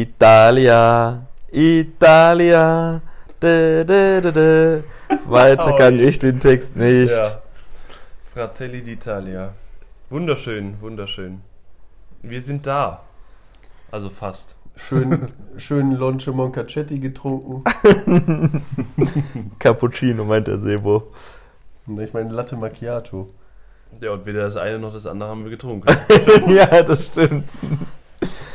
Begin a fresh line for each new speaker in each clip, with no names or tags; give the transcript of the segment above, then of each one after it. Italia, Italia, de, de, de, de. weiter
Oh
kann
je.
ich den Text nicht.
Ja. Fratelli d'Italia. Wunderschön, wunderschön. Wir sind da. Also fast.
Schön, schön Lonche Moncachetti getrunken.
Cappuccino meint der Sebo.
Und Ich meine Latte Macchiato.
Ja, und weder das eine noch das andere haben wir getrunken.
ja, das stimmt.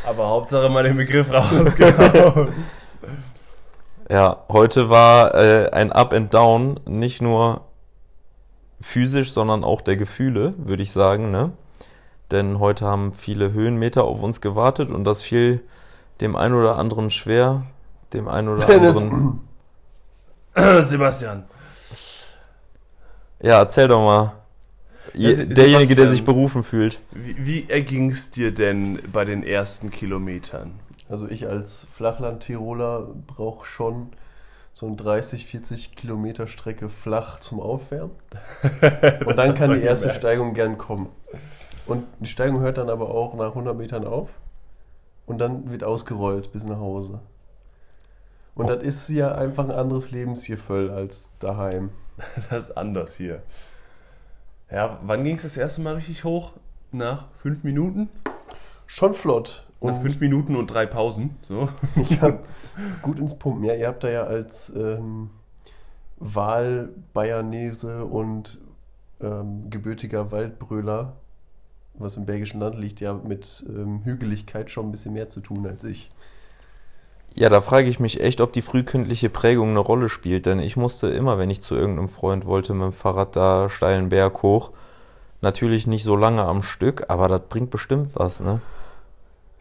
Aber Hauptsache mal den Begriff rausgehauen.
Ja, heute war äh, ein Up and Down, nicht nur physisch, sondern auch der Gefühle, würde ich sagen, ne? Denn heute haben viele Höhenmeter auf uns gewartet und das fiel dem einen oder anderen schwer, dem einen oder
Dennis.
anderen.
Sebastian.
Ja, erzähl doch mal. Je,
Ja, Se-
derjenige, der
Sebastian.
sich berufen fühlt.
Wie, wie erging's dir denn bei den ersten Kilometern?
Also ich als Flachland-Tiroler brauche schon so eine 30, 40 Kilometer Strecke flach zum Aufwärmen. Und dann kann die erste Steigung gern kommen. Und die Steigung hört dann aber auch nach 100 Metern auf. Und dann wird ausgerollt bis nach Hause. Und
Oh.
das ist ja einfach ein anderes Lebensgefühl als daheim.
Das ist anders hier. Ja, wann ging's das erste Mal richtig hoch? Nach fünf Minuten?
Schon flott.
Nach fünf Minuten und drei Pausen. So.
Ich hab gut ins Pumpen. Ja, ihr habt da ja als ähm, Wahl-Bayernese und ähm, gebürtiger Waldbröler, was im Bergischen Land liegt, ja mit ähm, Hügeligkeit schon ein bisschen mehr zu tun als ich.
Ja, da frage ich mich echt, ob die frühkindliche Prägung eine Rolle spielt, denn ich musste immer, wenn ich zu irgendeinem Freund wollte, mit dem Fahrrad da steilen Berg hoch. Natürlich nicht so lange am Stück, aber das bringt bestimmt was, ne?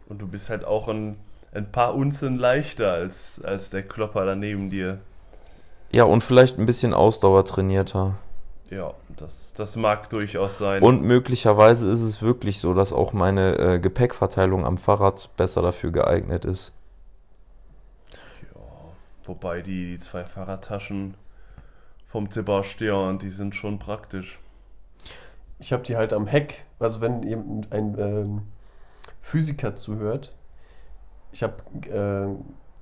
Und du bist halt auch ein, ein paar Unzen leichter als, als der Klopper da neben dir.
Ja, und vielleicht ein bisschen ausdauertrainierter.
Ja, das, das mag durchaus sein.
Und möglicherweise ist es wirklich so, dass auch meine äh, Gepäckverteilung am Fahrrad besser dafür geeignet ist.
Wobei die, die zwei Fahrradtaschen vom Sebastian, die sind schon praktisch.
Ich habe die halt am Heck, also wenn eben ein ähm, Physiker zuhört, ich habe äh,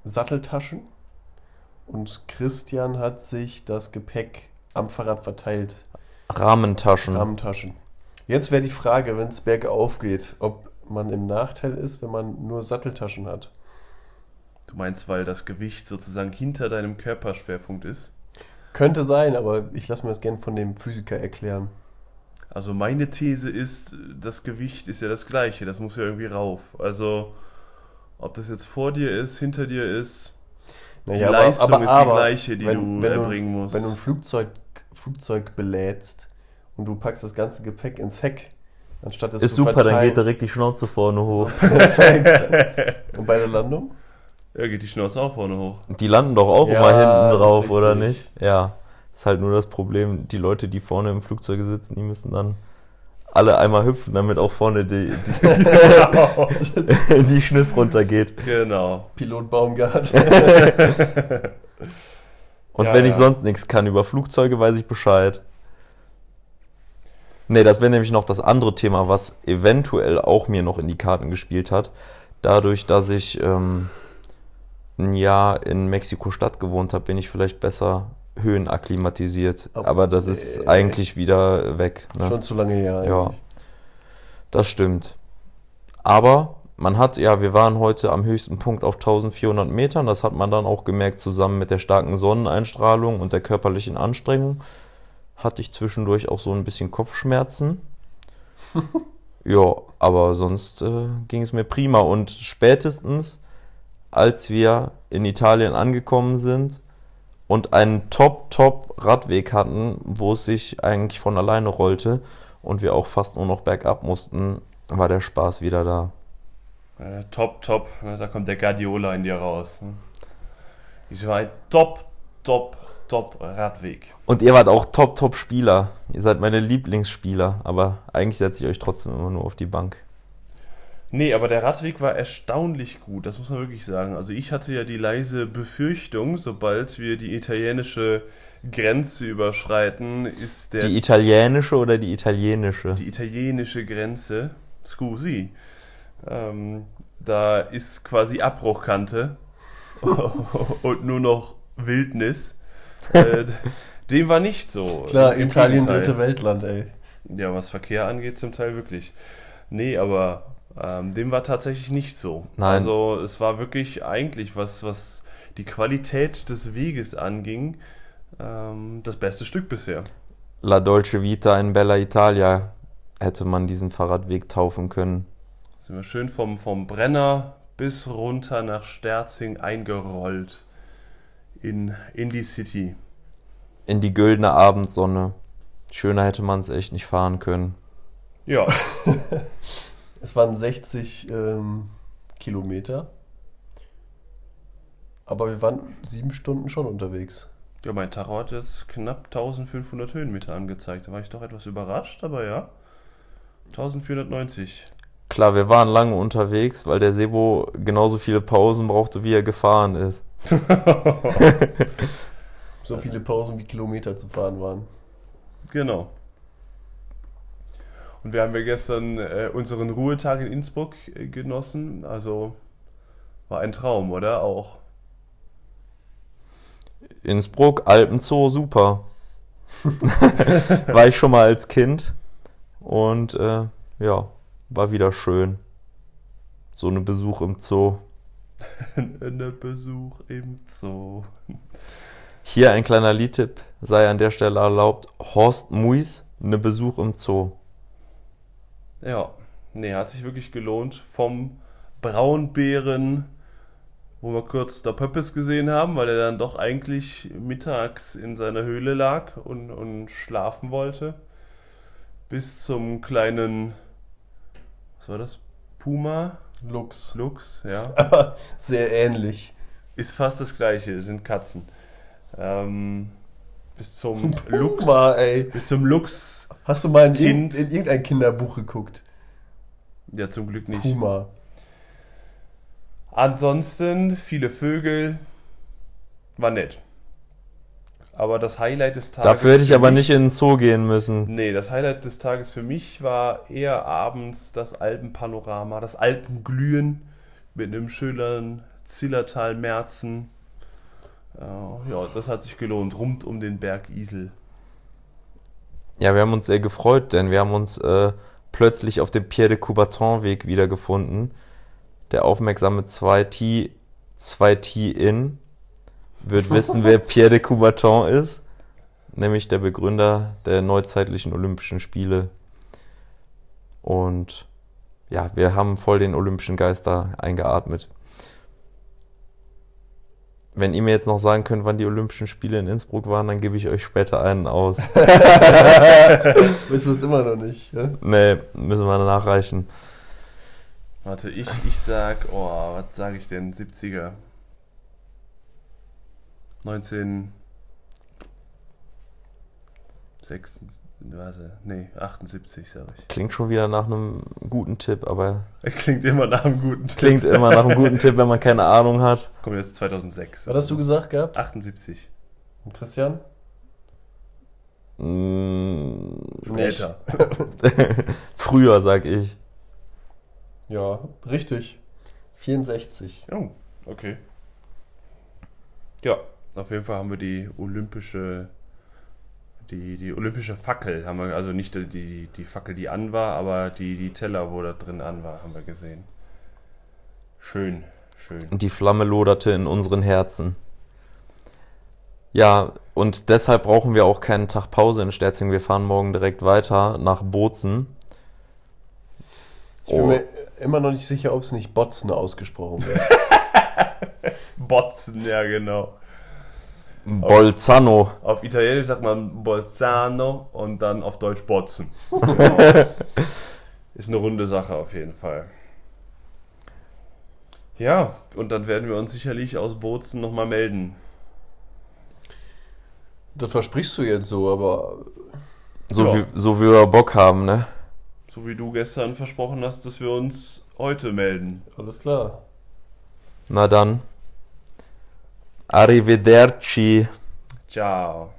Satteltaschen und Christian hat sich das Gepäck am Fahrrad verteilt.
Hm.
Rahmentaschen.
Rahmentaschen. Jetzt wäre die Frage, wenn es bergauf geht, ob man im Nachteil ist, wenn man nur Satteltaschen hat.
Du meinst, weil das Gewicht sozusagen hinter deinem Körperschwerpunkt ist?
Könnte sein, aber ich lasse mir das gern von dem Physiker erklären.
Also meine These ist, das Gewicht ist ja das gleiche, das muss ja irgendwie rauf. Also ob das jetzt vor dir ist, hinter dir ist, Die Leistung ist die gleiche, die du erbringen musst.
Wenn du ein Flugzeug, Flugzeug belädst und du packst das ganze Gepäck ins Heck, anstatt es
Ist
zu
super, dann geht
verteilen,
direkt die Schnauze vorne hoch.
so perfekt. und bei der Landung?
ja, geht die Schnauze auch vorne hoch.
Die landen doch auch
Ja,
immer
das
hinten
ist
drauf, oder
richtig.
nicht? Ja. Ist halt nur das Problem, die Leute, die vorne im Flugzeug sitzen, die müssen dann alle einmal hüpfen, damit auch vorne die, die, die Schniss runtergeht.
Genau.
Pilot Baumgart.
Und
Ja,
wenn ich
ja.
sonst nichts kann über Flugzeuge, weiß ich Bescheid. Nee, das wäre nämlich noch das andere Thema, was eventuell auch mir noch in die Karten gespielt hat. Dadurch, dass ich ähm, ein Jahr in Mexiko-Stadt gewohnt habe, bin ich vielleicht besser höhenakklimatisiert.
Oh,
Aber das ist
nee.
eigentlich wieder weg. Ne?
Schon zu lange her.
Ja.
eigentlich.
Das stimmt. Aber man hat, ja, wir waren heute am höchsten Punkt auf 1400 Metern. Das hat man dann auch gemerkt, zusammen mit der starken Sonneneinstrahlung und der körperlichen Anstrengung hatte ich zwischendurch auch so ein bisschen Kopfschmerzen. ja, aber sonst äh, ging es mir prima. Und spätestens, als wir in Italien angekommen sind und einen Top-Top-Radweg hatten, wo es sich eigentlich von alleine rollte, und wir auch fast nur noch bergab mussten, war der Spaß wieder da.
Äh, top, top. Ne, Da kommt der Guardiola in dir raus. Ne? Ich war ein top, top, top Radweg.
Und ihr wart auch Top-Top-Spieler. Ihr seid meine Lieblingsspieler, aber eigentlich setze ich euch trotzdem immer nur auf die Bank.
Nee, aber der Radweg war erstaunlich gut, das muss man wirklich sagen. Also ich hatte ja die leise Befürchtung, sobald wir die italienische Grenze überschreiten, ist der
Die italienische oder die italienische?
die italienische Grenze, scusi, ähm, Da ist quasi Abbruchkante und nur noch Wildnis. äh, dem war nicht so.
Klar, Im Italien dritte Weltland, ey.
Ja, was Verkehr angeht, zum Teil wirklich. Nee, aber ähm, dem war tatsächlich nicht so.
Nein.
Also es war wirklich eigentlich, was, was die Qualität des Weges anging, ähm, das beste Stück bisher.
La Dolce Vita in Bella Italia hätte man diesen Fahrradweg taufen können.
Sind wir schön vom, vom Brenner bis runter nach Sterzing eingerollt in, in die City.
In die güldene Abendsonne. Schöner hätte man es echt nicht fahren können.
Ja.
Es waren 60 ähm, Kilometer. Aber wir waren sieben Stunden schon unterwegs.
Ja, mein Tacho hat jetzt knapp 1500 Höhenmeter angezeigt. Da war ich doch etwas überrascht, aber ja. 1490.
Klar, wir waren lange unterwegs, weil der Sebo genauso viele Pausen brauchte, wie er gefahren ist.
so viele Pausen wie Kilometer zu fahren waren.
Genau. Und wir haben ja gestern äh, unseren Ruhetag in Innsbruck äh, genossen. Also war ein Traum, oder? Auch.
Innsbruck, Alpenzoo, super. war ich schon mal als Kind. Und äh, ja, war wieder schön. So ein Besuch im Zoo.
ein Besuch im Zoo.
Hier ein kleiner Liedtipp sei an der Stelle erlaubt. Horst Muis, ne Besuch im Zoo.
Ja, nee, hat sich wirklich gelohnt. Vom Braunbären, wo wir kurz da Pöppes gesehen haben, weil er dann doch eigentlich mittags in seiner Höhle lag und, und schlafen wollte, bis zum kleinen, was war das? Puma?
Lux.
Lux, ja.
Aber sehr ähnlich.
Ist fast das gleiche, sind Katzen. Ähm, bis zum
Puma,
Lux.
ey.
Bis zum Lux.
Hast du mal in,
Kind.
irgend- in irgendein Kinderbuch geguckt?
Ja, zum Glück nicht.
Puma.
Ansonsten viele Vögel. War nett. Aber das Highlight des Tages.
Dafür hätte ich
für
aber
mich-
nicht in den Zoo gehen müssen.
Nee, das Highlight des Tages für mich war eher abends das Alpenpanorama, das Alpenglühen mit einem schönen Zillertal-Merzen. Äh, ja, das hat sich gelohnt. Rund um den Berg Isel.
Ja, wir haben uns sehr gefreut, denn wir haben uns äh, plötzlich auf dem Pierre de Coubertin-Weg wiedergefunden. Der aufmerksame 2T, 2T in wird wissen, wer Pierre de Coubertin ist, nämlich der Begründer der neuzeitlichen Olympischen Spiele. Und ja, wir haben voll den olympischen Geist da eingeatmet. Wenn ihr mir jetzt noch sagen könnt, wann die Olympischen Spiele in Innsbruck waren, dann gebe ich euch später einen aus.
Wissen wir es immer noch nicht. Ja?
Nee, müssen wir nachreichen.
Warte, ich, ich sag, oh, was sage ich denn? 70er. 19. 6. Warte, nee, 78 sag
Klingt schon wieder nach einem guten Tipp, aber
ich. Klingt immer nach einem guten Tipp.
klingt immer nach einem guten Tipp, wenn man keine Ahnung hat.
Kommt jetzt 2006.
Was hast du gesagt gehabt?
78.
Und Christian?
Mm,
Später.
Früher, sag ich.
Ja, richtig. 64.
Oh, okay. Ja, auf jeden Fall haben wir die olympische, die, die olympische Fackel, haben wir, also nicht die, die, die Fackel, die an war, aber die, die Teller, wo da drin an war, haben wir gesehen. Schön, schön.
Und die Flamme loderte in unseren Herzen. Ja, und deshalb brauchen wir auch keinen Tag Pause in Sterzing. Wir fahren morgen direkt weiter nach Bozen.
Ich bin
Oh.
mir immer noch nicht sicher, ob es nicht Botzen ausgesprochen wird.
Botzen, ja genau. Oh.
Bolzano.
Auf Italienisch sagt man Bolzano und dann auf Deutsch Botzen. Ist eine runde Sache auf jeden Fall. Ja, und dann werden wir uns sicherlich aus Bozen nochmal melden.
Das versprichst du jetzt so, aber
So,
Ja.
wie, so wie wir Bock haben, ne?
So wie du gestern versprochen hast, dass wir uns heute melden.
alles klar.
Na dann. Arrivederci.
Ciao.